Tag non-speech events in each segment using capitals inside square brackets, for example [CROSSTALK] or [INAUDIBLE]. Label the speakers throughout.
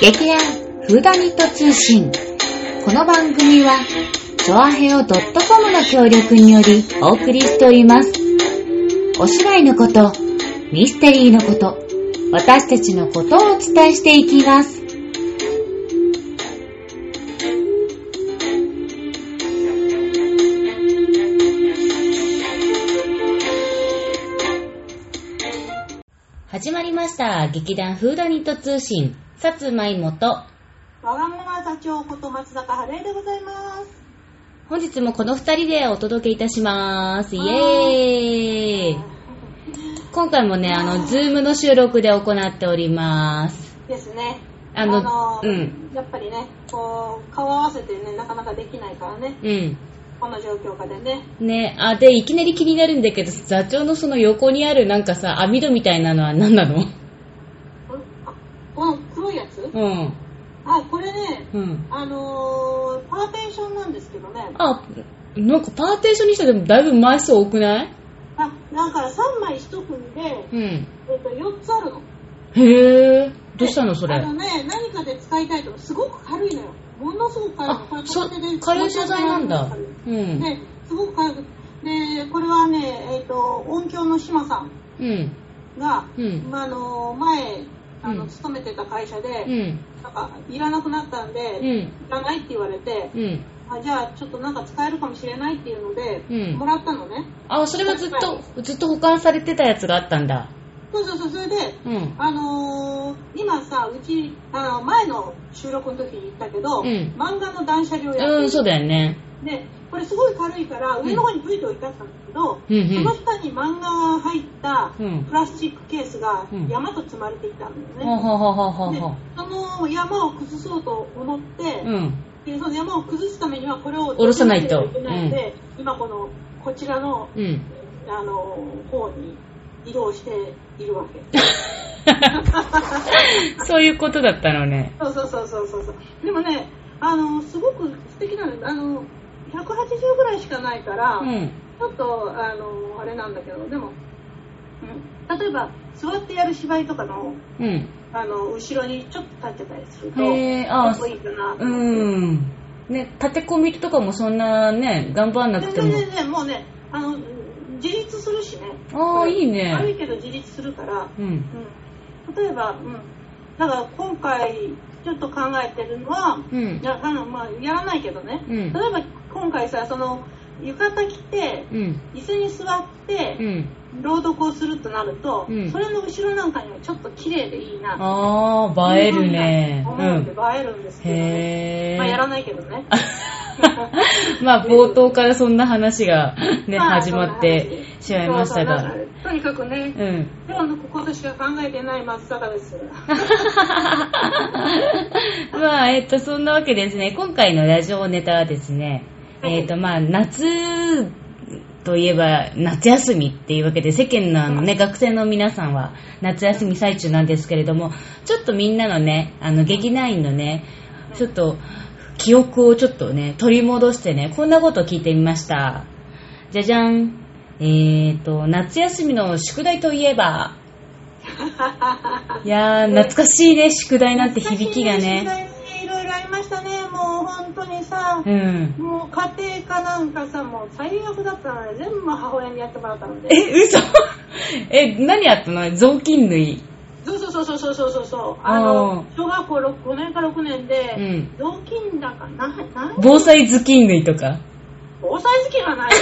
Speaker 1: 劇団フーダニット通信。この番組は、チョアヘオ .com の協力によりお送りしております。お芝居のこと、ミステリーのこと、私たちのことをお伝えしていきます。始まりました。劇団フーダニット通信、さつまいもと、
Speaker 2: わがまま座長こと松坂春江でございます。
Speaker 1: 本日もこの二人でお届けいたします。イエーイ今回もね、あの、ズームの収録で行っております。
Speaker 2: ですね。
Speaker 1: あの、
Speaker 2: ー
Speaker 1: うん、
Speaker 2: やっぱりね、こう、顔合わせてね、なかなかできないからね、
Speaker 1: うん。
Speaker 2: この状況下でね。
Speaker 1: ね、あ、で、いきなり気になるんだけど、座長のその横にあるなんかさ、網戸みたいなのは何なの
Speaker 2: うんあこの黒いやつ
Speaker 1: うん、
Speaker 2: あ、これね、
Speaker 1: うん。
Speaker 2: あのー、パーテーションなんですけどね。
Speaker 1: あ、なんかパーテーションにしたらでもだいぶ枚数多くない
Speaker 2: あ、だから3枚1組で、え
Speaker 1: う
Speaker 2: っ、
Speaker 1: ん。
Speaker 2: と、4つあるの。
Speaker 1: へえ、どうしたのそ
Speaker 2: あ
Speaker 1: れ
Speaker 2: の。ね、何かで使いたいと、すごく軽いのよ。ものすごく軽いの。
Speaker 1: あ、そ
Speaker 2: 片手で、
Speaker 1: 軽い素材なんだ。うん。
Speaker 2: で、すごく軽く、で、これはね、えっ、と、音響の島さん
Speaker 1: うん。
Speaker 2: が、
Speaker 1: うん
Speaker 2: まあ、あの、前、あの、
Speaker 1: うん
Speaker 2: 勤めてた会社
Speaker 1: う
Speaker 2: で、
Speaker 1: ん。
Speaker 2: なんか、いらなくなったんで、
Speaker 1: う
Speaker 2: い
Speaker 1: ん。
Speaker 2: らないって言われて、
Speaker 1: うん。
Speaker 2: あじゃあ、ちょっとなんか使えるかもしれないっていうので、
Speaker 1: うん
Speaker 2: もらったのね。
Speaker 1: あ、それはずっと、ずっと保管されてたやつがあったんだ。
Speaker 2: そうそうそう、それで、
Speaker 1: うん。
Speaker 2: あのー今さ、うち、あの、前の収録の時に言ったけど、
Speaker 1: うん
Speaker 2: 漫画の断捨離をやってる
Speaker 1: うん、そうだよね。
Speaker 2: で、これすごい軽いから、上の方について置いてあったんだけど、
Speaker 1: うんうん
Speaker 2: その下に漫画が入った
Speaker 1: うん
Speaker 2: プラスチックケースが
Speaker 1: うん
Speaker 2: 山と積まれていたんだ
Speaker 1: ほう
Speaker 2: よね。
Speaker 1: ほうほうほうほう
Speaker 2: で
Speaker 1: ほう。
Speaker 2: その山を崩そうと思って、
Speaker 1: うん。
Speaker 2: でその山を崩すためにはこれを
Speaker 1: 下ろさないと
Speaker 2: 下ろさないいけないので、今この、こちらの、
Speaker 1: うん。
Speaker 2: あの、方に移動しているわけ。
Speaker 1: そういうことだったのね。
Speaker 2: そうそうそうそうそうそう。でもね、あの、すごく素敵なの。あの、180ぐらいしかないから、
Speaker 1: うん。
Speaker 2: ちょっと、あの、あれなんだけど、でも、うん、例えば、座ってやる芝居とかの、
Speaker 1: うん。
Speaker 2: あの、後ろにちょっと立ってたりすると、
Speaker 1: へえ
Speaker 2: か
Speaker 1: あ
Speaker 2: っこいいか
Speaker 1: う
Speaker 2: なと思って。
Speaker 1: ん。ね、立て込みとかもそんなね、頑張んなく
Speaker 2: 全
Speaker 1: ても
Speaker 2: 然。全然、もうね、あの、自立するしね。
Speaker 1: ああ、いい
Speaker 2: 悪
Speaker 1: ね。
Speaker 2: いけど自立するから、
Speaker 1: うん。
Speaker 2: うん。例えば、うん。だから今回、ちょっと考えてるのは、
Speaker 1: うん
Speaker 2: い。やあの、まあ、やらないけどね。
Speaker 1: うん
Speaker 2: 例えば、今回さ、その、浴衣着て、
Speaker 1: うん。
Speaker 2: 椅子に座って、
Speaker 1: うん。
Speaker 2: 朗読をするとなると、
Speaker 1: うん
Speaker 2: それの後ろなんかにはちょっと綺麗でいいな。
Speaker 1: ああ、映えるね。
Speaker 2: 思
Speaker 1: う
Speaker 2: うんで
Speaker 1: ん。
Speaker 2: 映えるんですけど、ね。
Speaker 1: へえ。
Speaker 2: まあやらないけどね。
Speaker 1: まあ、冒頭からそんな話がね、
Speaker 2: まあ
Speaker 1: 始まってしまいました
Speaker 2: そう
Speaker 1: が
Speaker 2: そ。うとにかくね、
Speaker 1: うん。
Speaker 2: 今のことしか考えてない松坂です。 [LAUGHS]
Speaker 1: まあ、えっと、そんなわけですね、今回のラジオネタはですね、
Speaker 2: はい
Speaker 1: えっと、まあ、夏といえば夏休みっていうわけで、世間のあのね、学生の皆さんは夏休み最中なんですけれども、ちょっとみんなのね、あの、劇団員のね、ちょっと、記憶をちょっとね、取り戻してね、こんなことを聞いてみました。じゃじゃん。えっ、と、夏休みの宿題といえ
Speaker 2: [LAUGHS]
Speaker 1: ば、いやー、懐かしいね、宿題なんて響きがね。
Speaker 2: いろいろありましたね、もう本当にさ、
Speaker 1: うん。
Speaker 2: もう家庭科なんかさ、もう最悪だったので、全部母親にやってもらったので。
Speaker 1: [LAUGHS] え、嘘え、何やったの雑巾縫い。
Speaker 2: そうそうそうそうそうそうそう。あの
Speaker 1: あ、
Speaker 2: 小学校6 5年か6年
Speaker 1: う
Speaker 2: で、
Speaker 1: ん。
Speaker 2: 雑巾だかな、なん
Speaker 1: 防災頭巾縫いとか。
Speaker 2: 防災好きはないよ。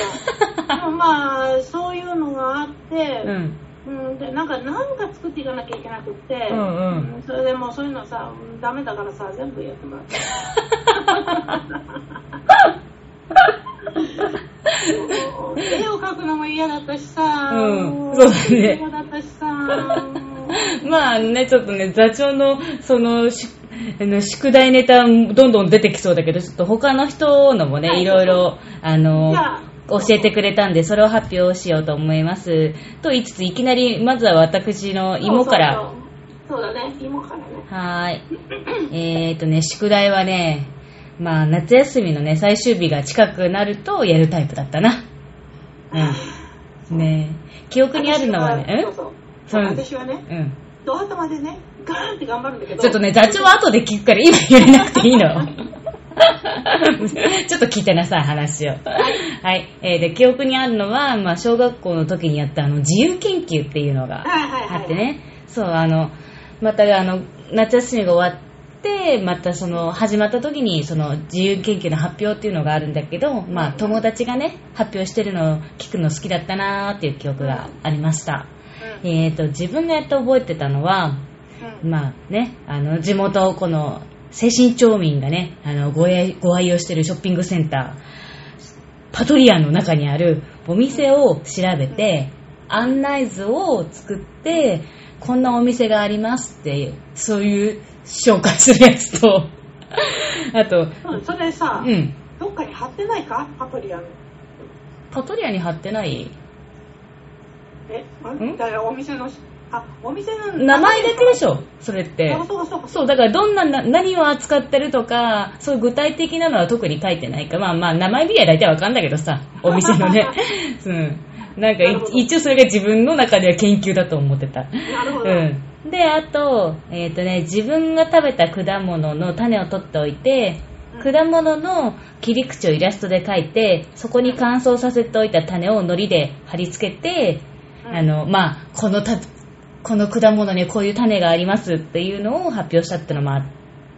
Speaker 1: [LAUGHS]
Speaker 2: でもまあ、そういうのがあって
Speaker 1: う、ん。
Speaker 2: うん、でなんか、なんか作っていかなきゃいけなくって、
Speaker 1: うんうん
Speaker 2: それでもうそういうのさ、うんダメだからさ、全部やっても
Speaker 1: [LAUGHS]
Speaker 2: らって。もう絵を描くのも嫌だったしさ、
Speaker 1: うん
Speaker 2: も
Speaker 1: そうだね
Speaker 2: 嫌だったしさ、もう
Speaker 1: まあね、ちょっとね、座長の、その、しあの宿題ネタ、どんどん出てきそうだけど、ちょっと他の人のも
Speaker 2: は
Speaker 1: ね、
Speaker 2: い
Speaker 1: いろいろ、あの
Speaker 2: じゃあ、
Speaker 1: 教えてくれたんで、それを発表しようと思います。と言いつつ、いきなり、まずは私の芋から。
Speaker 2: そうそうそう。そうだね、芋からね。
Speaker 1: はーい。えーとね、宿題はね、まあ、夏休みのね、最終日が近くなるとやるタイプだったな。うん。ねえ記憶にあるのはね、
Speaker 2: そうそう
Speaker 1: うん
Speaker 2: 私はね、
Speaker 1: うんうん。
Speaker 2: ドア頭でね、ガーンって頑張るんだけど。
Speaker 1: ちょっとね、座長は後で聞くから、今言われなくていいの。
Speaker 2: [LAUGHS]
Speaker 1: ちょっと聞いてなさい、話を。はい。えーで、記憶にあるのは、まあ、小学校の時にやった、あの、自由研究っていうのが
Speaker 2: はいはいはい。
Speaker 1: あって。ね、そう、あの、また、あの、夏休みが終わって、またその、始まった時に、その、自由研究の発表っていうのがあるんだけど、まあ、友達がね、発表してるのを聞くの好きだったなーっていう記憶がありました。
Speaker 2: うん。
Speaker 1: えーと、自分がやって覚えてたのは、
Speaker 2: うん
Speaker 1: まあね、あの、地元、この、精神町民がね、あの、ご愛、ご愛用してるショッピングセンター、パトリアンの中にあるお店を調べて、案内図を作って、こんなお店がありますっていう、そういう紹介するやつと、あと、
Speaker 2: うんそれさ
Speaker 1: う、ん、
Speaker 2: どっかに貼ってないかパプリアの。
Speaker 1: パトリアに貼ってない
Speaker 2: え、
Speaker 1: ん
Speaker 2: んだからお店のし、あ、お店の
Speaker 1: 名前だけでしょそれって
Speaker 2: あ。そうかそうか。
Speaker 1: そう、だからどんなな、何を扱ってるとか、そういう具体的なのは特に書いてないか。まあまあ、名前見りゃ大体わかんだけどさ、
Speaker 2: [LAUGHS]
Speaker 1: お店のね。うん。なんか
Speaker 2: なるほど
Speaker 1: い、一応それが自分の中では研究だと思ってた。
Speaker 2: なるほど。
Speaker 1: うん。で、あと、えっ、とね、自分が食べた果物の種を取っておいて、
Speaker 2: うん
Speaker 1: 果物の切り口をイラストで描いて、そこに乾燥させておいた種を糊で貼り付けて、
Speaker 2: うん
Speaker 1: あの、まあ、このた、この果物にこういう種がありますっていうのを発表したってのもあっ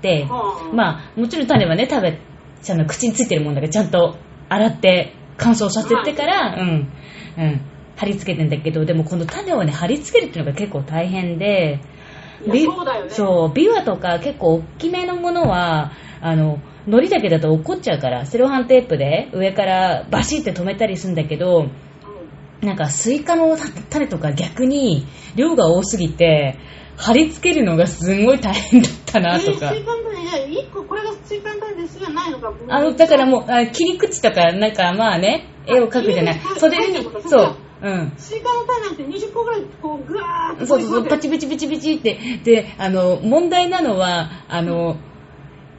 Speaker 1: て、
Speaker 2: はあ
Speaker 1: まあ、もちろん種はね、食べ、ちゃんと口についてるもんだから、ちゃんと洗って、乾燥させてから、うん、うん、貼り付けてんだけど、でもこの種をね、貼り付けるっていうのが結構大変で、
Speaker 2: いや
Speaker 1: び
Speaker 2: そうだよね
Speaker 1: そう、ビワとか結構大きめのものは、あの、海苔だけだと落っこっちゃうから、セロハンテープで上からバシって止めたりするんだけど、なんかスイカの種とか逆に量が多すぎて、貼り付けるのがすんごい大変だった
Speaker 2: え
Speaker 1: なと
Speaker 2: ー、 [LAUGHS]
Speaker 1: か。
Speaker 2: 追加のいや、一個これが追加のですじゃないのか。
Speaker 1: あの、だからもう、あ切り口とか、なんかまあね、絵を描くじゃない
Speaker 2: あ。
Speaker 1: それ
Speaker 2: 切
Speaker 1: に
Speaker 2: り口描いてるの、か
Speaker 1: そ
Speaker 2: そうっか、
Speaker 1: うん。
Speaker 2: スイカの種なんて20個ぐらい、こう、ぐわーっ [LAUGHS] と
Speaker 1: そうそうそう、パチ
Speaker 2: ッ。
Speaker 1: パチパチパチって。で、あの、問題なのは、あの、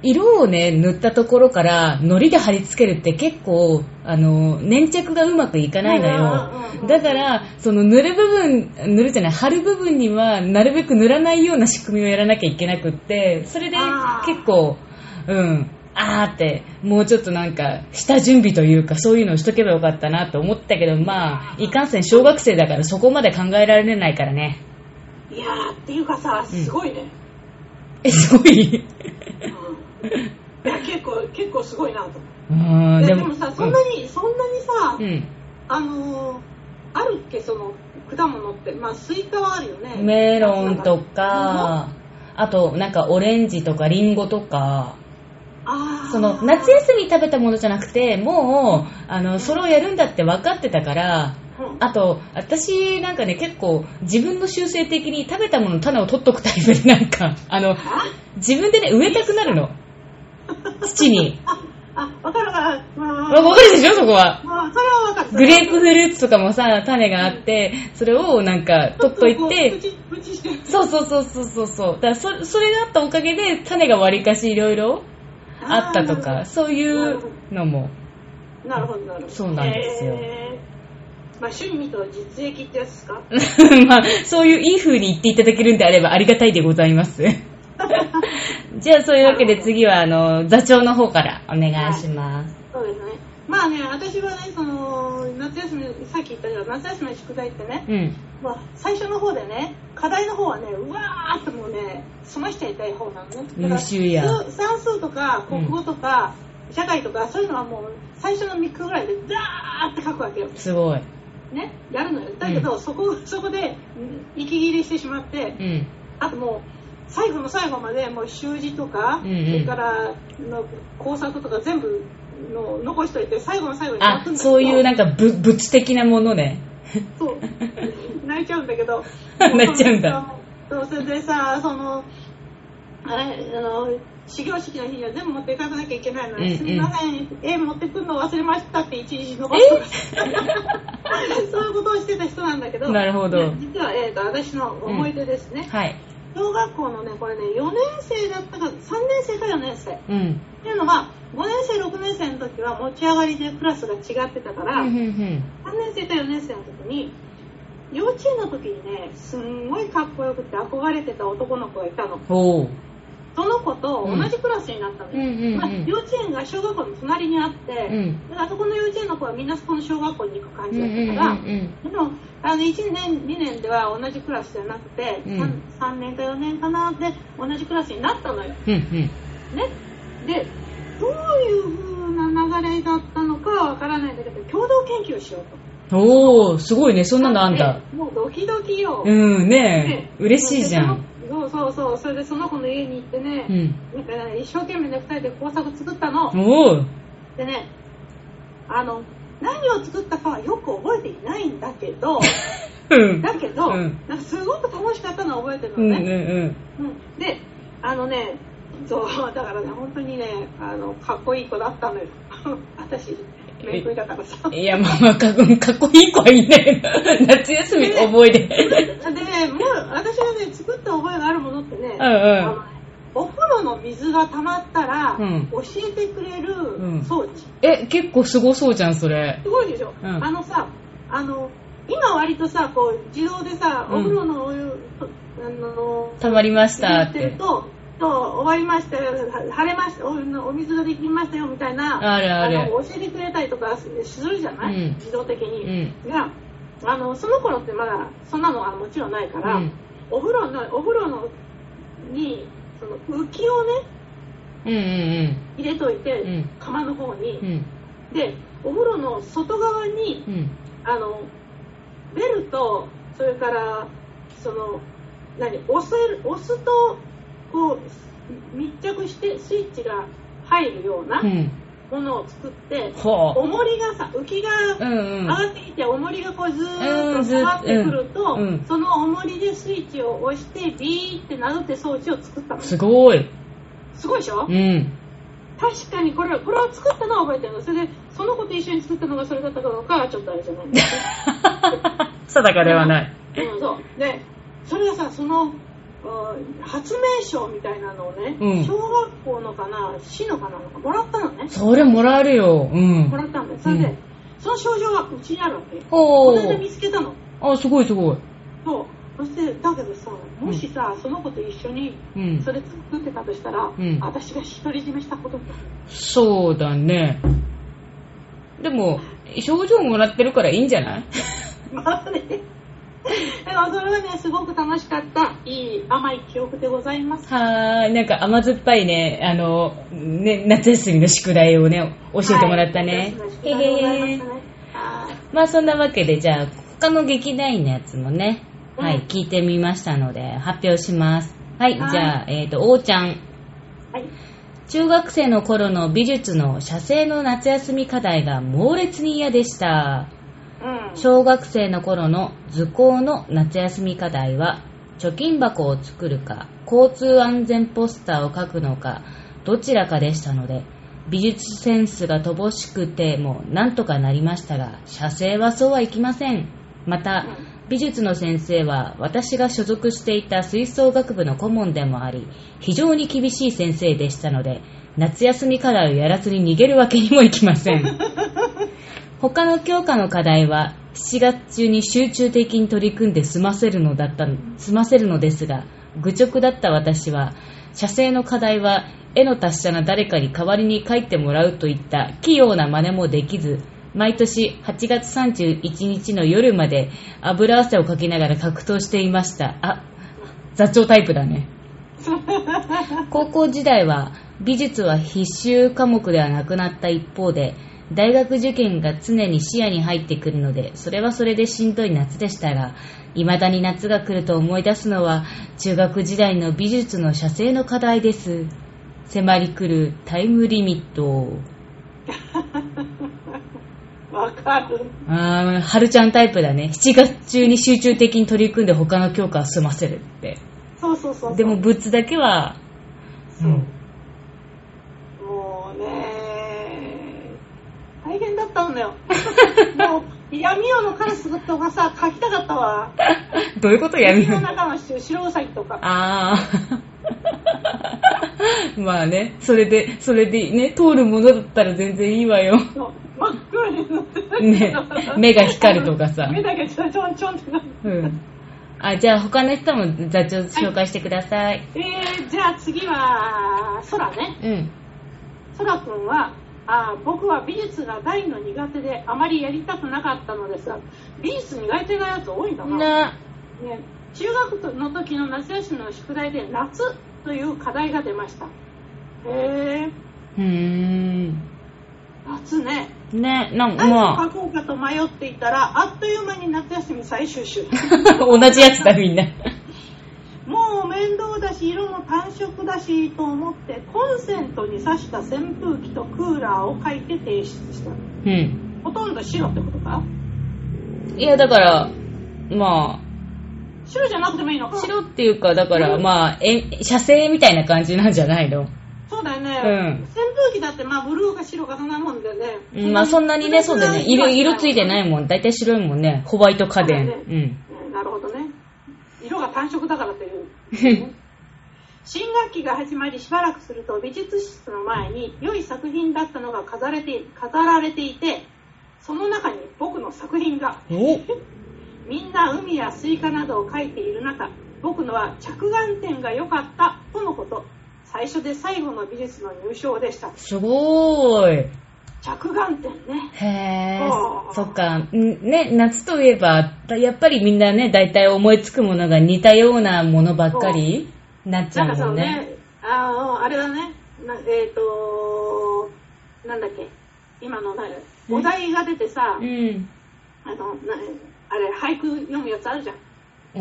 Speaker 1: 色をね、塗ったところから、糊で貼り付けるって結構、あの、粘着がうまくいかないの
Speaker 2: うんうんうんう
Speaker 1: よ。
Speaker 2: ん
Speaker 1: だから、その塗る部分、塗るじゃない、貼る部分には、なるべく塗らないような仕組みをやらなきゃいけなくって、それで
Speaker 2: あー
Speaker 1: 結構、うん、あーって、もうちょっとなんか、下準備というか、そういうのをしとけばよかったなと思ったけど、まあ、いかんせん小学生だからそこまで考えられないからね。
Speaker 2: いやー、っていうかさ、すごいね。
Speaker 1: え、すごい。
Speaker 2: うんいや、結構、結構すごいなと。
Speaker 1: うーん、
Speaker 2: ででもさ、そんな
Speaker 1: に。
Speaker 2: に、そんなにさ、
Speaker 1: うん。
Speaker 2: あのー、あるっけ、その、果物って。まあ、スイカはあるよね。
Speaker 1: メロンとか、あと、なんかオレンジとかリンゴとか、
Speaker 2: あー
Speaker 1: その、夏休み食べたものじゃなくて、もう、あの、それをやるんだって分かってたから、
Speaker 2: うん
Speaker 1: あと、私なんかね、結構、自分の修正的に食べたものの種を取っとくタイプで、 [LAUGHS] なんか、あの、
Speaker 2: あ
Speaker 1: 自分でね、植えたくなるの。土に。
Speaker 2: あ、あ、わかるわかる。まあ、
Speaker 1: わわかるでしょ、そこは。
Speaker 2: まあ、それはわかる。
Speaker 1: グレープフルーツとかもさ、種があって、それをなんか取っといて
Speaker 2: プ、チプチして。
Speaker 1: そうそうそうそうそうそう。だからそそれがあったおかげで種がわりかしいろいろあったとか、そういうのも。 [LAUGHS]
Speaker 2: なるほど、なるほど。
Speaker 1: そうなんですよ
Speaker 2: へーまあ、趣味と実益ってやつですか
Speaker 1: まあ、そういういい風に言っていただけるんであればありがたいでございます。 [LAUGHS] じゃあそういうわけで次はあの座長の方からお願いします。
Speaker 2: そうですね。まあね、私はね、その、夏休み、さっき言ったけど、夏休みの宿題ってね、
Speaker 1: うん。
Speaker 2: まあ、最初の方でね、課題の方はね、うわーってもうね、済ましちゃいたい方なのね。
Speaker 1: 優秀や
Speaker 2: 数算数とか、国語とか、社会とか、そういうのはもう、最初の3日ぐらいで、ダーって書くわけよ。
Speaker 1: すごい。
Speaker 2: ね、やるのよ。だけど、そこ、そこで、息切れしてしまって、
Speaker 1: うん。
Speaker 2: あともう、最後の最後まで、もう習字とか、
Speaker 1: うんうん
Speaker 2: それからの工作とか全部の残しといて、最後の最後に泣
Speaker 1: あ
Speaker 2: くんだけ、ど
Speaker 1: そういうなんかぶ物的なものね。。
Speaker 2: そう泣いちゃうんだけど
Speaker 1: [LAUGHS] 泣いちゃうんだ
Speaker 2: そう。それでさ、その、あれ、あの、始業式の日には全部持っていかなきゃいけないの
Speaker 1: う
Speaker 2: に、
Speaker 1: んうん
Speaker 2: すみません、絵持ってくるの忘れましたって一時伸ばしてました。 [LAUGHS] そういうことをしてた人なんだけど、
Speaker 1: なるほど
Speaker 2: 実は、えー、と私の思い出ですね。
Speaker 1: はい。
Speaker 2: 小学校のね、これね、4年生だったか、3年生か4年生。っ
Speaker 1: うん。
Speaker 2: ていうのが、5年生、6年生の時は持ち上がりでクラスが違ってたか
Speaker 1: う
Speaker 2: ら、
Speaker 1: んうんうん。
Speaker 2: 3年生と4年生の時に、幼稚園の時にね、すんごいかっこよくて憧れてた男の子がいたの。
Speaker 1: おう。
Speaker 2: その子と同じクラスになったの
Speaker 1: うんう
Speaker 2: よ。
Speaker 1: んうんうん
Speaker 2: まあ、幼稚園が小学校の隣にあって、
Speaker 1: うん。
Speaker 2: であそこの幼稚園の子はみんなそこの小学校に行く感
Speaker 1: うん
Speaker 2: じ
Speaker 1: う
Speaker 2: だ
Speaker 1: んうん
Speaker 2: ったから、でもあの1年、2年では同じクラスじゃなくて、
Speaker 1: うん
Speaker 2: 3, 年か4年かなで同じクラスになったのよ。ね、
Speaker 1: うん。うん
Speaker 2: で、どういう風な流れだったのかはわからないんだけど、共同研究をしようと。
Speaker 1: うん。おお、すごいね。そんなのあんだ。
Speaker 2: でもうドキドキよ。
Speaker 1: うん、ね
Speaker 2: ね
Speaker 1: え。嬉しいじゃん。。
Speaker 2: でそのそうそうそう、それでその子の家に行ってね、
Speaker 1: うん。
Speaker 2: なんかね一生懸命ね、2人で工作作ったの。
Speaker 1: おお。
Speaker 2: でね、あの、何を作ったかはよく覚えていないんだけ
Speaker 1: [LAUGHS]
Speaker 2: ど、
Speaker 1: うん。
Speaker 2: だけど、
Speaker 1: うん
Speaker 2: なんかすごく楽しかったのは覚えてる
Speaker 1: う
Speaker 2: の
Speaker 1: んうん
Speaker 2: ね、
Speaker 1: うん。
Speaker 2: うんであのねそうだからね本当にねあのかっこいい子だったのよ [LAUGHS] 私めくいだからさで
Speaker 1: いや、まあまあ、かっかっこいい子はいない。夏休み覚えて。
Speaker 2: ねもう私がね作った覚えがあるものってね、
Speaker 1: うん
Speaker 2: あのお風呂の水が溜まったら、
Speaker 1: うん
Speaker 2: 教えてくれ
Speaker 1: うん
Speaker 2: る装置、
Speaker 1: え、結構すごそうじゃん、それ。
Speaker 2: すごいでしょ、
Speaker 1: うん
Speaker 2: あのさあの今割とさこう自動でさお風呂のお湯、とあの
Speaker 1: たまりました
Speaker 2: 言っ
Speaker 1: って
Speaker 2: る
Speaker 1: て。
Speaker 2: と、そう終わりましたよ、は晴れました、おお水ができましたよみたいな、
Speaker 1: あるある
Speaker 2: の教えてくれたりとかするじゃない、
Speaker 1: うん
Speaker 2: 自動的
Speaker 1: う
Speaker 2: に。
Speaker 1: ん。
Speaker 2: があのその頃ってまだそんなのはもちろんないから、
Speaker 1: うん
Speaker 2: お風呂のお風呂のにその浮きをね
Speaker 1: うんうん
Speaker 2: 入れといて、
Speaker 1: うん
Speaker 2: 釜の方に、
Speaker 1: うん。うん。
Speaker 2: でお風呂の外側に
Speaker 1: うん。
Speaker 2: あのベルとそれからその何押せる押すとこう密着してスイッチが入るような
Speaker 1: うん。
Speaker 2: ものを作って、
Speaker 1: ほ
Speaker 2: 重りがさ浮きが
Speaker 1: う。うんうん
Speaker 2: 上。がってきて重りがこうず
Speaker 1: う
Speaker 2: ー
Speaker 1: ん
Speaker 2: っと
Speaker 1: ずー
Speaker 2: 下
Speaker 1: っ
Speaker 2: がってくると、
Speaker 1: うん
Speaker 2: その重りでスイッチを押してビーってなるって装置を作ったの
Speaker 1: すごい。
Speaker 2: すごいでしょ、
Speaker 1: うん。
Speaker 2: 確かにこれこれを作ったのは覚えてるのそれでその子と一緒に作ったのがそれだったかどうかはちょっとあれじゃない
Speaker 1: 定かではない。
Speaker 2: うん、そう。で、それがさ、その、うん発明賞みたいなのをね、
Speaker 1: うん
Speaker 2: 小学校のかな、市のかなのか、もらったのね。
Speaker 1: それもらえるよ。う
Speaker 2: もら
Speaker 1: ん。
Speaker 2: ったんだよ。それで、
Speaker 1: うん
Speaker 2: その症状がうちにあるわけ。
Speaker 1: ほ
Speaker 2: これで見
Speaker 1: う。
Speaker 2: つけたの。
Speaker 1: あ、すごいすごい。
Speaker 2: そう。そして、だけどさ、もしさ、その子と一緒に、
Speaker 1: うん
Speaker 2: そ。れ作ってたとしたら、
Speaker 1: ん
Speaker 2: 私が独り占めしたことになる。
Speaker 1: そうだね。でも、症状もらってるからいいんじゃない
Speaker 2: まあね。 [LAUGHS] でもそれはね、すごく楽しかった、いい甘い記憶でございます。
Speaker 1: はーい。なんか甘酸っぱいね、あの、ね、夏休みの宿題をね、教えてもらったね。
Speaker 2: はい、よろしくお願い
Speaker 1: へ
Speaker 2: しますねはい
Speaker 1: まあそんなわけで、じゃあ、他の劇団員のやつもね、
Speaker 2: うん
Speaker 1: はい、聞いてみましたので、発表します。はい、じ
Speaker 2: はい
Speaker 1: ゃあ、えっ、と、おーちゃん。
Speaker 2: はい。
Speaker 1: 中学生の頃の美術の写生の夏休み課題が猛烈に嫌でした。
Speaker 2: うん。
Speaker 1: 小学生の頃の図工の夏休み課題は貯金箱を作るか交通安全ポスターを書くのかどちらかでしたので美術センスが乏しくてもなんとかなりましたが写生はそうはいきませんまた美術の先生は私が所属していた吹奏楽部の顧問でもあり非常に厳しい先生でしたので夏休み課題をやらずに逃げるわけにもいきません他の教科の課題は7月中に集中的に取り組んで済ませるのだった済ませるのですが愚直だった私は写生の課題は絵の達者な誰かに代わりに書いてもらうといった器用な真似もできず毎年8月31日の夜まで油汗をかきながら格闘していましたあ座長タイプだね高校時代は美術は必修科目ではなくなった一方で大学受験が常に視野に入ってくるのでそれはそれでしんどい夏でしたが未だに夏が来ると思い出すのは中学時代の美術の写生の課題です迫り来るタイムリミット
Speaker 2: わかる。
Speaker 1: あー春ちゃんタイプだね7月中に集中的に取り組んで他の教科は済ませるって
Speaker 2: そうそうそうそう。
Speaker 1: でも、仏だけは
Speaker 2: そう。もうね、大変だった
Speaker 1: [LAUGHS]
Speaker 2: んだよ。もう、闇夜のカラスとかさ、描きたかったわ。
Speaker 1: どういうことやる
Speaker 2: 闇
Speaker 1: の
Speaker 2: の中の白ウサギとか。
Speaker 1: ああ。 [LAUGHS] まあね、それで、それでね、通るものだったら全然いいわよ。
Speaker 2: そう真っ黒になって。
Speaker 1: ね、目が光るとかさ。
Speaker 2: [LAUGHS] 目だけちょんちょんちょんってなる
Speaker 1: うん。あ、じゃあ他の人も座長紹介してください。
Speaker 2: えー、じゃあ次は、ソラね。
Speaker 1: うん。
Speaker 2: ソラくんは、あー僕は美術が大の苦手であまりやりたくなかったのですが、美術苦手なやつ多いんだな。
Speaker 1: な、
Speaker 2: ね、中学の時の夏休みの宿題で夏という課題が出ました。へえ、
Speaker 1: うーん。
Speaker 2: 夏ね。
Speaker 1: ね、なんか、
Speaker 2: 何を
Speaker 1: ま
Speaker 2: 書こうかと迷っていたら、あっという間に夏休み最終週。
Speaker 1: あ、 [LAUGHS] 同じやつだみんな。
Speaker 2: もう面倒だし、色も単色だしと思って、コンセントに挿した扇風機とクーラーを書いて提出した。
Speaker 1: うん。
Speaker 2: ほとんど白ってことか
Speaker 1: いや、だから、ま
Speaker 2: 白じゃなくてもいいの
Speaker 1: あ、
Speaker 2: か
Speaker 1: 白っていうか、だから、まあ、え、射精みたいな感じなんじゃないの
Speaker 2: そうだよね、
Speaker 1: うん
Speaker 2: 扇風機だってまあブルーか白かそんなもんだよね、
Speaker 1: うん、まあそんなにね、そうだね。色、色ついて
Speaker 2: い、
Speaker 1: ないもん。だいたい白いもんね。ホワイト家電。うん。
Speaker 2: うんなるほどね色が単色だからという
Speaker 1: [LAUGHS]
Speaker 2: 新学期が始まりしばらくすると美術室の前に良い作品だったのが飾れて飾られていてその中に僕の作品が
Speaker 1: お
Speaker 2: みんな海やスイカなどを描いている中僕のは着眼点が良かったとのこと最初で最後の美術の入賞でした
Speaker 1: すごーい。
Speaker 2: 着眼点ね
Speaker 1: へー
Speaker 2: あー
Speaker 1: そっか。んね、夏といえば、やっぱりみんなね、大体思いつくものが似たようなものばっかりなっちゃうん
Speaker 2: なかそ
Speaker 1: も
Speaker 2: の
Speaker 1: んね。
Speaker 2: ねあのあれだねなえっ、となんだっけ今のなお題が出てさ、
Speaker 1: うん。
Speaker 2: あのなあれ俳句読むやつあるじゃん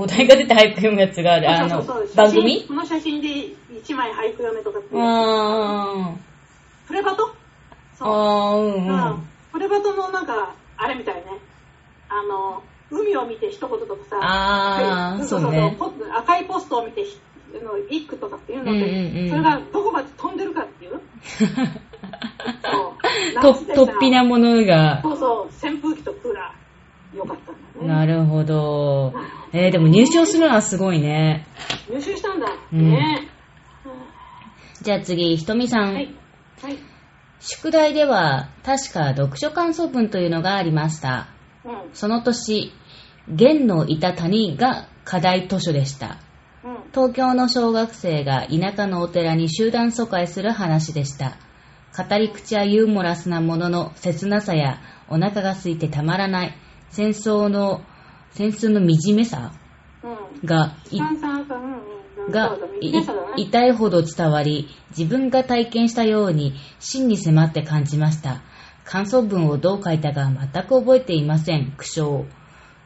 Speaker 1: お題が出て早く読むやつがある。あの
Speaker 2: そうそうそう、
Speaker 1: 番
Speaker 2: 写
Speaker 1: 組
Speaker 2: 真この写真で1枚俳句読めとかっていうや
Speaker 1: あー。
Speaker 2: つプレバトそう
Speaker 1: あー、う
Speaker 2: うん
Speaker 1: うん。
Speaker 2: プレバトのなんかあれみたいねあの海を見て一言とかさ
Speaker 1: あ
Speaker 2: は
Speaker 1: ー、
Speaker 2: い
Speaker 1: そうね。
Speaker 2: ポ赤いポストを見てひあの一句とかっていうので、
Speaker 1: うんうんうん
Speaker 2: それがどこまで飛んでるかっていう
Speaker 1: [LAUGHS] と、
Speaker 2: そう夏でさ
Speaker 1: とっぴなものが。
Speaker 2: そうそう扇風機とクーラーよかったんだね
Speaker 1: なるほど。えー、でも入賞するのはすごいね。
Speaker 2: 入手したんだ、
Speaker 1: うん
Speaker 2: ね
Speaker 1: じゃあ次、ひとみさん。
Speaker 2: はいはい
Speaker 1: 宿題では、確か読書感想文というのがありました。
Speaker 2: う
Speaker 1: その年、元のいた谷が課題図書でした。
Speaker 2: んうん
Speaker 1: 東京の小学生が田舎のお寺に集団疎開する話でした。語り口はユーモラスなものの切なさやお腹が空いてたまらない戦争の、戦争の惨めさ
Speaker 2: うん
Speaker 1: がい
Speaker 2: 三三三うんうん
Speaker 1: が
Speaker 2: そうだね
Speaker 1: い
Speaker 2: 一年生だね
Speaker 1: 痛いほど伝わり自分が体験したように真に迫って感じました感想文をどう書いたか全く覚えていません苦笑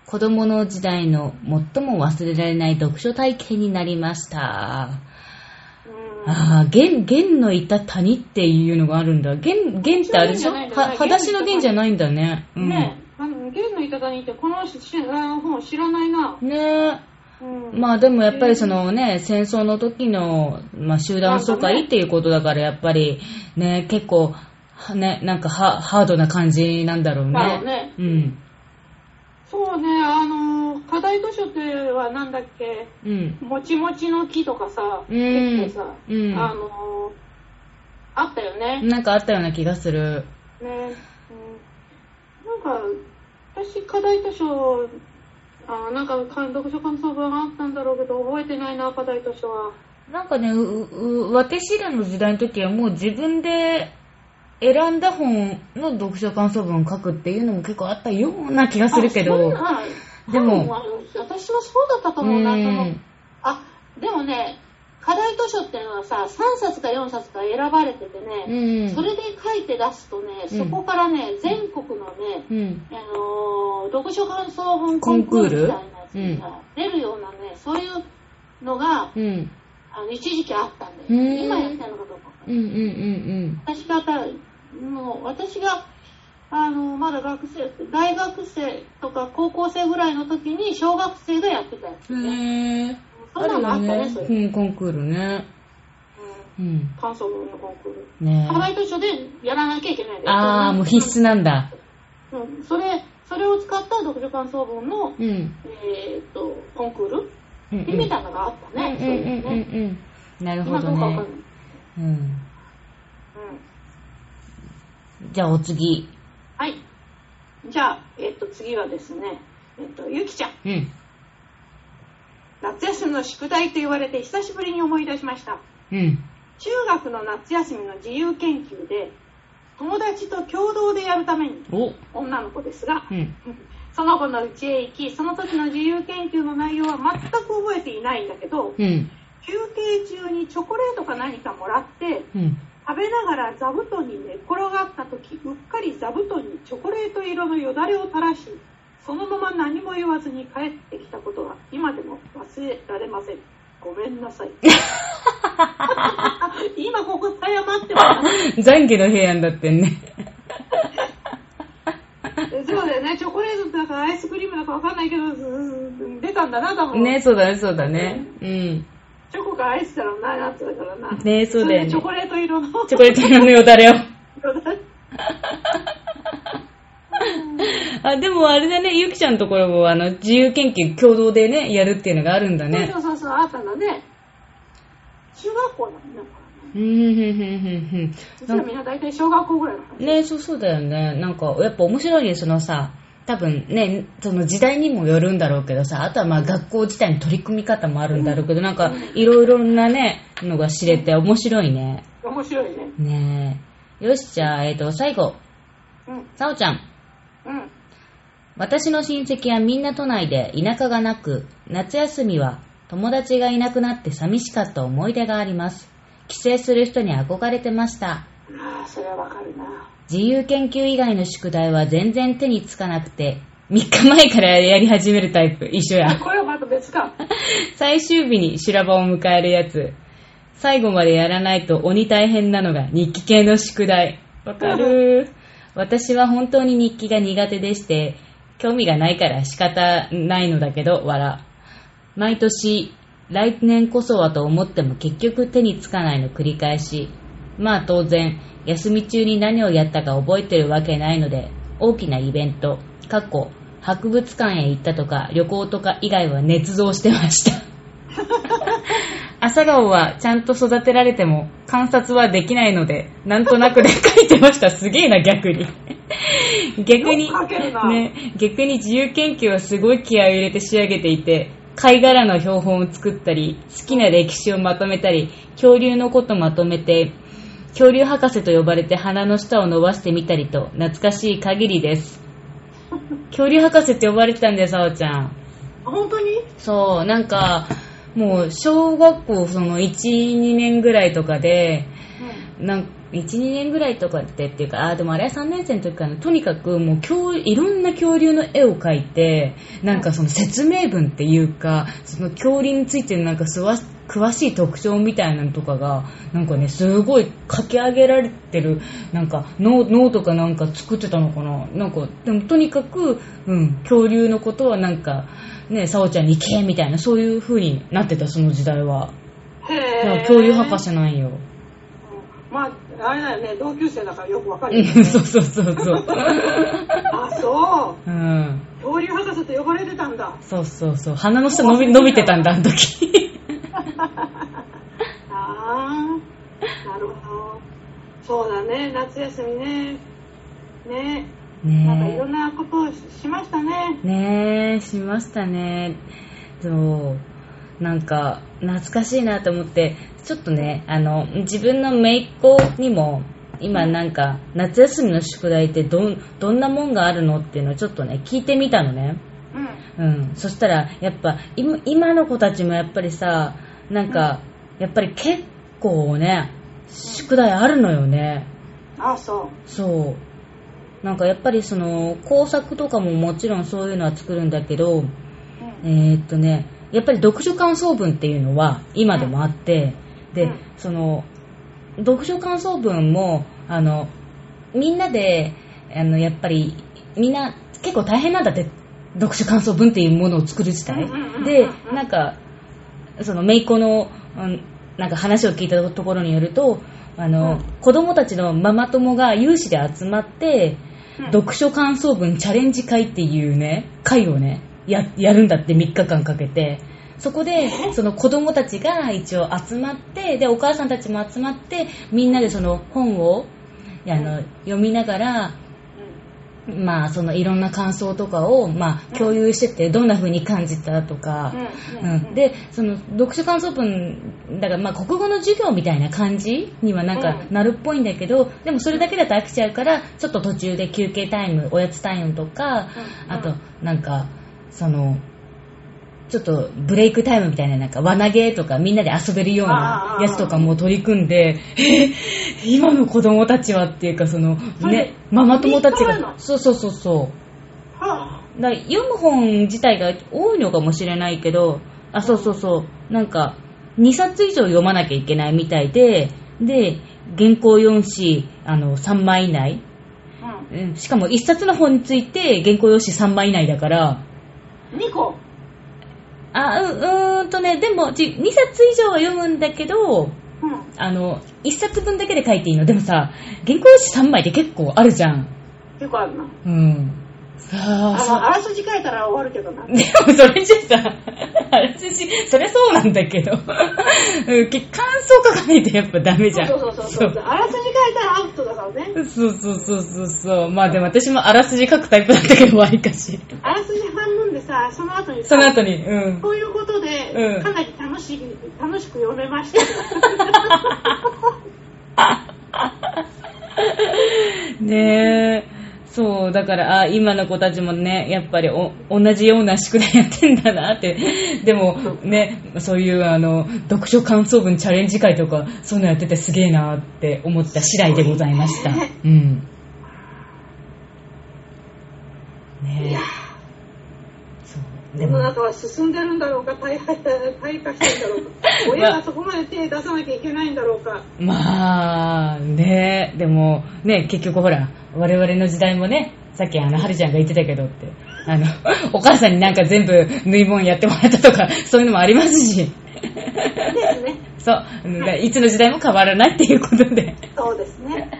Speaker 1: 子供の時代の最も忘れられない読書体験になりました
Speaker 2: うん
Speaker 1: ああ、弦、弦のいた谷っていうのがあるんだ。弦、弦ってあれでしょ
Speaker 2: そういうのじゃない
Speaker 1: は、
Speaker 2: んだ
Speaker 1: 裸足の弦じゃないんだね。うん。
Speaker 2: ねえ、あの、ゲンの頂にって、このしあの本知らないな。
Speaker 1: ねえ。
Speaker 2: うん
Speaker 1: まあでもやっぱりそのね、戦争の時の、まあ、集団疎開っていうことだからやっぱりね、結構、はね、なんかハハードな感じなんだろうね。
Speaker 2: だろうね
Speaker 1: うん。
Speaker 2: そうね、あの、課題図書ってはなんだっけ、
Speaker 1: うん。
Speaker 2: もちもちの木とかさ、
Speaker 1: うん
Speaker 2: 結構さ、
Speaker 1: うん
Speaker 2: あの、あったよね。
Speaker 1: なんかあったような気がする。
Speaker 2: ね、うん、なんか、私、課題図書、あなんか、か読書感想文あったんだろうけど、覚えてないな、課題図書は。
Speaker 1: なんかね、うう私らの時代の時はもう自分で選んだ本の読書感想文を書くっていうのも結構あったような気がするけど。
Speaker 2: あそんな
Speaker 1: でも
Speaker 2: 多分あの私もそうだったと思うな、そのあ、でもね、課題図書っていうのはさ、3冊か4冊か選ばれてて
Speaker 1: う
Speaker 2: ね、
Speaker 1: ん。
Speaker 2: それで書いて出すとね、
Speaker 1: うん
Speaker 2: そこからね、全国のね、
Speaker 1: うん。
Speaker 2: あのー読書感想本コンクールみたいなやつが出るようなね、そういうのが、
Speaker 1: うん。
Speaker 2: あの一時期あったんだよ。
Speaker 1: うん
Speaker 2: 今やってるのかどうか。
Speaker 1: うんうんうん
Speaker 2: 私がた、もう私が、あのーまだ学生、大学生とか高校生ぐらいの時に小学生がやってたやつ
Speaker 1: う
Speaker 2: ね。
Speaker 1: ん。へー。
Speaker 2: そんなのあったね、それ。うん
Speaker 1: うん、コンクールね。うん。
Speaker 2: 感想文のコンクール。
Speaker 1: ね
Speaker 2: 課題図書でやらなきゃいけないんだよ
Speaker 1: ああ、もう必須なんだ。
Speaker 2: うん、それ、それを使った読書感想文の、
Speaker 1: うん。
Speaker 2: えーっと、コンクール
Speaker 1: うんうん。
Speaker 2: みたいなのがあったね。
Speaker 1: う
Speaker 2: そ
Speaker 1: ん
Speaker 2: う
Speaker 1: う
Speaker 2: いうん
Speaker 1: うん
Speaker 2: ね。
Speaker 1: うんうん。なるほ
Speaker 2: 今
Speaker 1: ど
Speaker 2: どうかわかんな
Speaker 1: ね
Speaker 2: い。。
Speaker 1: うん。
Speaker 2: うん。
Speaker 1: じゃあお次。
Speaker 2: はい。じゃあ、えっと、次はですね、えっと、ゆきちゃん。
Speaker 1: うん。
Speaker 2: 夏休みの宿題と言われて久しぶりに思い出しました。
Speaker 1: うん。
Speaker 2: 中学の夏休みの自由研究で、友達と共同でやるために、
Speaker 1: お。
Speaker 2: 女の子ですが、
Speaker 1: うん。
Speaker 2: その子の家へ行き、その時の自由研究の内容は全く覚えていないんだけど、
Speaker 1: うん。
Speaker 2: 休憩中にチョコレートか何かもらって、
Speaker 1: うん。
Speaker 2: 食べながら座布団に寝っ転がった時、うっかり座布団にチョコレート色のよだれを垂らし、そのまま何も言わずに帰ってきたことが今でも忘れられません。ごめんなさい。今ここ謝ってます。
Speaker 1: 懺悔の平安だってんね。
Speaker 2: そうだよね、チョコレートだかアイスクリームだかわかんないけど、ずー出たんだな、多分。
Speaker 1: ね、そうだね、そうだね。うん。
Speaker 2: チョコがアイスだろうな、なってたからな。
Speaker 1: ねそうだよね
Speaker 2: れでチョコレート色の。
Speaker 1: チョコレート色のよだれを。あ、でもあれだね、ゆきちゃんのところも、あの、自由研究共同でね、やるっていうのがあるんだね
Speaker 2: そ。うそうそう、あったんだね。中学校なんだからね。
Speaker 1: うん、うん、うん、うん、う。
Speaker 2: うんちらみんな大体小学校ぐらいの話。
Speaker 1: ねそうそうだよね。なんか、やっぱ面白いね、そのさ、多分ね、その時代にもよるんだろうけどさ、あとはまあ学校自体の取り組み方もあるんだろうけど、なんか、いろいろなね、のが知れて面白いね。
Speaker 2: 面白いね。
Speaker 1: ねえ。よし、じゃあ、えっ、と、最後、
Speaker 2: うん。
Speaker 1: さおちゃん。
Speaker 2: うん。
Speaker 1: 私の親戚はみんな都内で田舎がなく、夏休みは友達がいなくなって寂しかった思い出があります。帰省する人に憧れてました。
Speaker 2: ああ、それはわかるな。
Speaker 1: 自由研究以外の宿題は全然手につかなくて、3日前からやり始めるタイプ、一緒や。
Speaker 2: これはまた別か。
Speaker 1: 最終日に修羅場を迎えるやつ。最後までやらないと鬼大変なのが日記系の宿題。わかる。私は本当に日記が苦手でして、興味がないから仕方ないのだけど、笑。毎年、来年こそはと思っても結局手につかないの繰り返し。まあ当然、休み中に何をやったか覚えてるわけないので、大きなイベント、過去、博物館へ行ったとか旅行とか以外は捏造してました。朝顔はちゃんと育てられても観察はできないので、なんとなくで書いてました。すげえな、逆
Speaker 2: [LAUGHS]
Speaker 1: に。逆に
Speaker 2: よく書ける、な
Speaker 1: ね、逆に自由研究をすごい気合を入れて仕上げていて、貝殻の標本を作ったり、好きな歴史をまとめたり、恐竜のことまとめて、恐竜博士と呼ばれて鼻の下を伸ばしてみたりと、懐かしい限り
Speaker 2: [LAUGHS]
Speaker 1: です。恐竜博士って呼ばれてたんだよ、さおちゃん。
Speaker 2: 本当に
Speaker 1: そう、なんか、もう小学校その1、2年ぐらいとかで、なん1、2年ぐらいとかってっていうか、あーでもあれは3年生の時かな、とにかくもう恐いろんな恐竜の絵を描いて、なんかその説明文っていうか、その恐竜についてのなんかすわ詳しい特徴みたいなのとかが、なんかね、すごい書き上げられてる、なんか脳脳とかなんか作ってたのかな、なんか、でもとにかく、うん、恐竜のことはなんか、ね、さおちゃんに行けみたいな、そういう風になってた、その時代は。だか
Speaker 2: へ
Speaker 1: ら
Speaker 2: え。
Speaker 1: 恐竜博士なんよ。
Speaker 2: うん。まあ、あれだよね、同級生だからよくわかるよ
Speaker 1: うん
Speaker 2: ね。
Speaker 1: そうそうそうそう。
Speaker 2: あ、そう。
Speaker 1: うん。
Speaker 2: 恐竜博士と呼ばれてたんだ。
Speaker 1: そうそうそう。鼻の下伸び伸びてたんだ、あの [LAUGHS] 時。
Speaker 2: ああ、なるほど。そうだね、夏休みね。ね。なんかいろ
Speaker 1: ね
Speaker 2: んなことをししましたね。
Speaker 1: え。ねえ、しましたね。そう。なんか、懐かしいなと思って、ちょっとね、あの、自分の姪っ子にも、今なんか、夏休みの宿題ってどん、どんなもんがあるのっていうのをちょっとね、聞いてみたのね。
Speaker 2: うん。
Speaker 1: うん、そしたらやっぱ今今の子たちもやっぱりさなんか、やっぱり結構ね宿題あるのよね
Speaker 2: あそ
Speaker 1: そうなんかやっぱりその工作とかももちろんそういうのは作るんだけど
Speaker 2: う。うん。
Speaker 1: えーっとねやっぱり読書感想文っていうのは今でもあって、で、
Speaker 2: うん
Speaker 1: その読書感想文もあのみんなであのやっぱりみんな結構大変なんだって読書感想文っていうものを作る自体
Speaker 2: うんうんうんうん
Speaker 1: でなんかその姪っ子の、うんなんか話を聞いたところによるとあの、
Speaker 2: うん
Speaker 1: 子供たちのママ友が有志で集まって、
Speaker 2: うん
Speaker 1: 読書感想文チャレンジ会っていうね会をねややるんだって3日間かけてそこでその子供たちが一応集まってでお母さんたちも集まってみんなでその本をあの読みながら
Speaker 2: う
Speaker 1: まあ、そのいろんな感想とかを、まあ、共有してて、どんな風に感じたとか、
Speaker 2: うんうん
Speaker 1: うんで、その、読書感想文、だから、まあ、国語の授業みたいな感じにはなんか
Speaker 2: うん
Speaker 1: なるっぽいんだけど、でもそれだけだと飽きちゃうから、ちょっと途中で休憩タイム、おやつタイムとか、
Speaker 2: うん
Speaker 1: あと、なんか、その、ちょっとブレイクタイムみたいな、なんか、輪投げとかみんなで遊べるようなやつとかも取り組んで、え今の子供たちはっていうか、その、
Speaker 2: それ
Speaker 1: ね、ママ友たち
Speaker 2: 見つかる
Speaker 1: が、
Speaker 2: の
Speaker 1: そうそうそうそう。
Speaker 2: はあ
Speaker 1: だから読む本自体が多いのかもしれないけど、あ、そうそうそう、なんか、2冊以上読まなきゃいけないみたいで、で、原稿4紙、あの、3枚以内。
Speaker 2: う
Speaker 1: うんしかも1冊の本について原稿用紙3枚以内だから、
Speaker 2: ん、2個
Speaker 1: あ、ううーんとね、でも、2冊以上は読むんだけど、
Speaker 2: うん
Speaker 1: あの、1冊分だけで書いていいの。でもさ、原稿用紙3枚って結構あるじゃん。
Speaker 2: 結構あるな
Speaker 1: うん。さ
Speaker 2: あ
Speaker 1: あ、そう
Speaker 2: のあらすじ書いたら終わるけどな
Speaker 1: でもそれじゃさ、あれじゃそれそうなんだけど、うんけ感想書かないとやっぱダメじゃん。
Speaker 2: そうそうそうそうあらすじ書いたらアウトだからね
Speaker 1: そうそうそうそうそう。まあでも私もあらすじ書くタイプだったけど、わりかし。
Speaker 2: あらすじ半分でさその後にさ
Speaker 1: その後に、うん。
Speaker 2: こういうことで、
Speaker 1: うん
Speaker 2: かなり楽しい楽しく読めました
Speaker 1: ねえ。そう、だから、あ今の子たちもね、やっぱりお同じような宿題やってんだなって。でも、ね、そういう、あの、読書感想文チャレンジ会とか、そういうのやっててすげえなって思った次第でございました。うん。
Speaker 2: い
Speaker 1: ね
Speaker 2: や
Speaker 1: え。そう。で
Speaker 2: 世の
Speaker 1: も、
Speaker 2: 中は進んでるんだろうか退化 [LAUGHS] 退化してるんだろうか親がそこまで手出さなきゃいけないんだろうか
Speaker 1: まあ、ねえ、でも、ね結局ほら、我々の時代もね、さっきあの、はるちゃんが言ってたけどって、あの、 [LAUGHS] お母さんになんか全部縫い物やってもらったとか、そういうのもありますし。
Speaker 2: ですね
Speaker 1: そう、うんいつの時代も変わらないっていうことで。
Speaker 2: そうですね。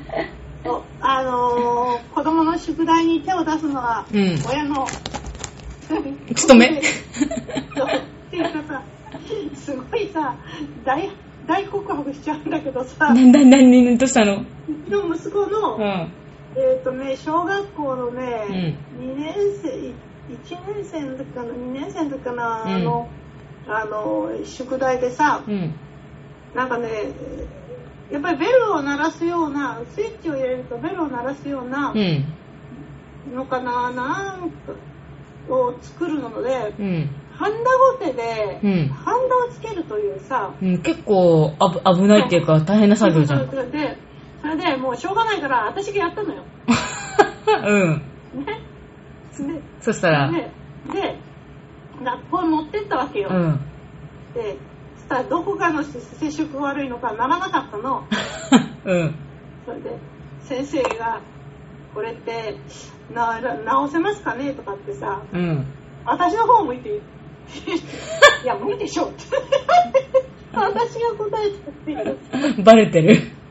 Speaker 2: そうあのー、子供の宿題に手を出すのは、
Speaker 1: うん
Speaker 2: 親の、
Speaker 1: [LAUGHS] 務 [LAUGHS] め
Speaker 2: そう。っていうかさ、すごいさ、大、大告白しちゃうんだけどさ
Speaker 1: な、んだ、なに、どうしたの
Speaker 2: うちの息子の、
Speaker 1: うん。
Speaker 2: えっ、とね、小学校のね、
Speaker 1: う
Speaker 2: 二年生、い一年生の時かな、二年生の時かな、
Speaker 1: うん
Speaker 2: あの、あの、宿題でさ、
Speaker 1: うん。
Speaker 2: なんかね、やっぱりベルを鳴らすような、スイッチを入れるとベルを鳴らすような
Speaker 1: うん。
Speaker 2: のかな、なんかを作るので、
Speaker 1: うん。
Speaker 2: ハンダゴテで、
Speaker 1: うん
Speaker 2: ハンダをつけるというさ、
Speaker 1: うん、結構あぶ危ないって [LAUGHS] いうか大変な作業じゃん。
Speaker 2: で、それでもうしょうがないから、私がやったのよ。
Speaker 1: うん。
Speaker 2: ね。で、
Speaker 1: そしたら、
Speaker 2: で、で学校に持ってったわけよ。
Speaker 1: うん。
Speaker 2: で、そしたらどこかの接触が悪いのかならなかった
Speaker 1: [LAUGHS]
Speaker 2: の。
Speaker 1: うん。
Speaker 2: それで先生が「これってな直せますかね?」とかってさ
Speaker 1: うん。
Speaker 2: 私の方を向いて
Speaker 1: [LAUGHS]
Speaker 2: 言ういや無理でしょ」って [LAUGHS] 私が答えたっ
Speaker 1: [LAUGHS]
Speaker 2: ていう
Speaker 1: バレてる。 [LAUGHS]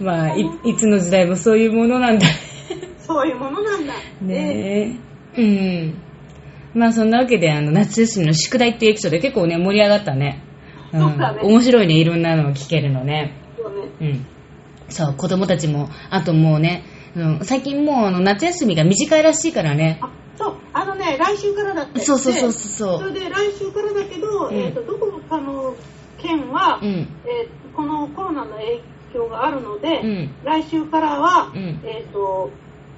Speaker 1: まあい、いつの時代もそういうものなんだ。
Speaker 2: そういうものなんだ
Speaker 1: ねえ。うん。まあそんなわけで、あの、夏休みの宿題っていうエピソード結構ね、盛り上がったね。うん。
Speaker 2: そうだね
Speaker 1: 面白いね、いろんなのを聞けるのね。
Speaker 2: でそうね
Speaker 1: うん。そう、子供たちも、あともうね、うん、最近もうあの夏休みが短いらしいからね。
Speaker 2: あそうあのね来週からだって
Speaker 1: そうそうそう
Speaker 2: で
Speaker 1: そう
Speaker 2: そ
Speaker 1: そう。
Speaker 2: れで来週からだけど、
Speaker 1: うん
Speaker 2: えー、とどこかの県は、
Speaker 1: うん。
Speaker 2: えーこのコロナの影響があるので、
Speaker 1: うん。
Speaker 2: 来週からは、
Speaker 1: うん
Speaker 2: えっ、と、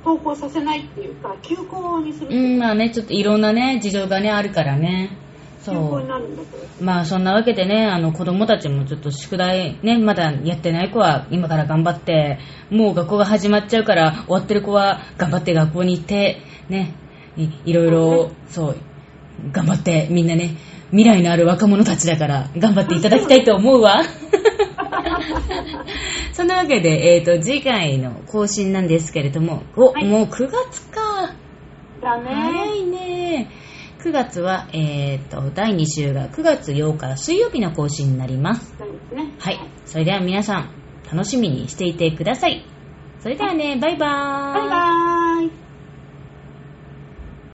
Speaker 2: 登校させないっていうか、休校にするって
Speaker 1: う
Speaker 2: い
Speaker 1: ん、
Speaker 2: うか、
Speaker 1: まあね、ちょっといろんなね、事情がね、あるからね。そ
Speaker 2: 休校
Speaker 1: う
Speaker 2: に。なるんだけど。
Speaker 1: まあそんなわけでね、あの子供たちもちょっと宿題ね、まだやってない子は今から頑張って、もう学校が始まっちゃうから終わってる子は頑張って学校に行って、ね、いいろいろ、そう、頑張ってみんなね、未来のある若者たちだから頑張っていただきたいと思う
Speaker 2: [LAUGHS]
Speaker 1: わ。そんなわけで、えっ、と、次回の更新なんですけれども、お、
Speaker 2: はい
Speaker 1: もう9月か。
Speaker 2: だね。
Speaker 1: 早いね。9月は、えー、と、第2週が9月8日水曜日の更新になります。
Speaker 2: そうですね。
Speaker 1: はい。それでは皆さん、楽しみにしていてください。それではね、バイバー
Speaker 2: バイバーイ。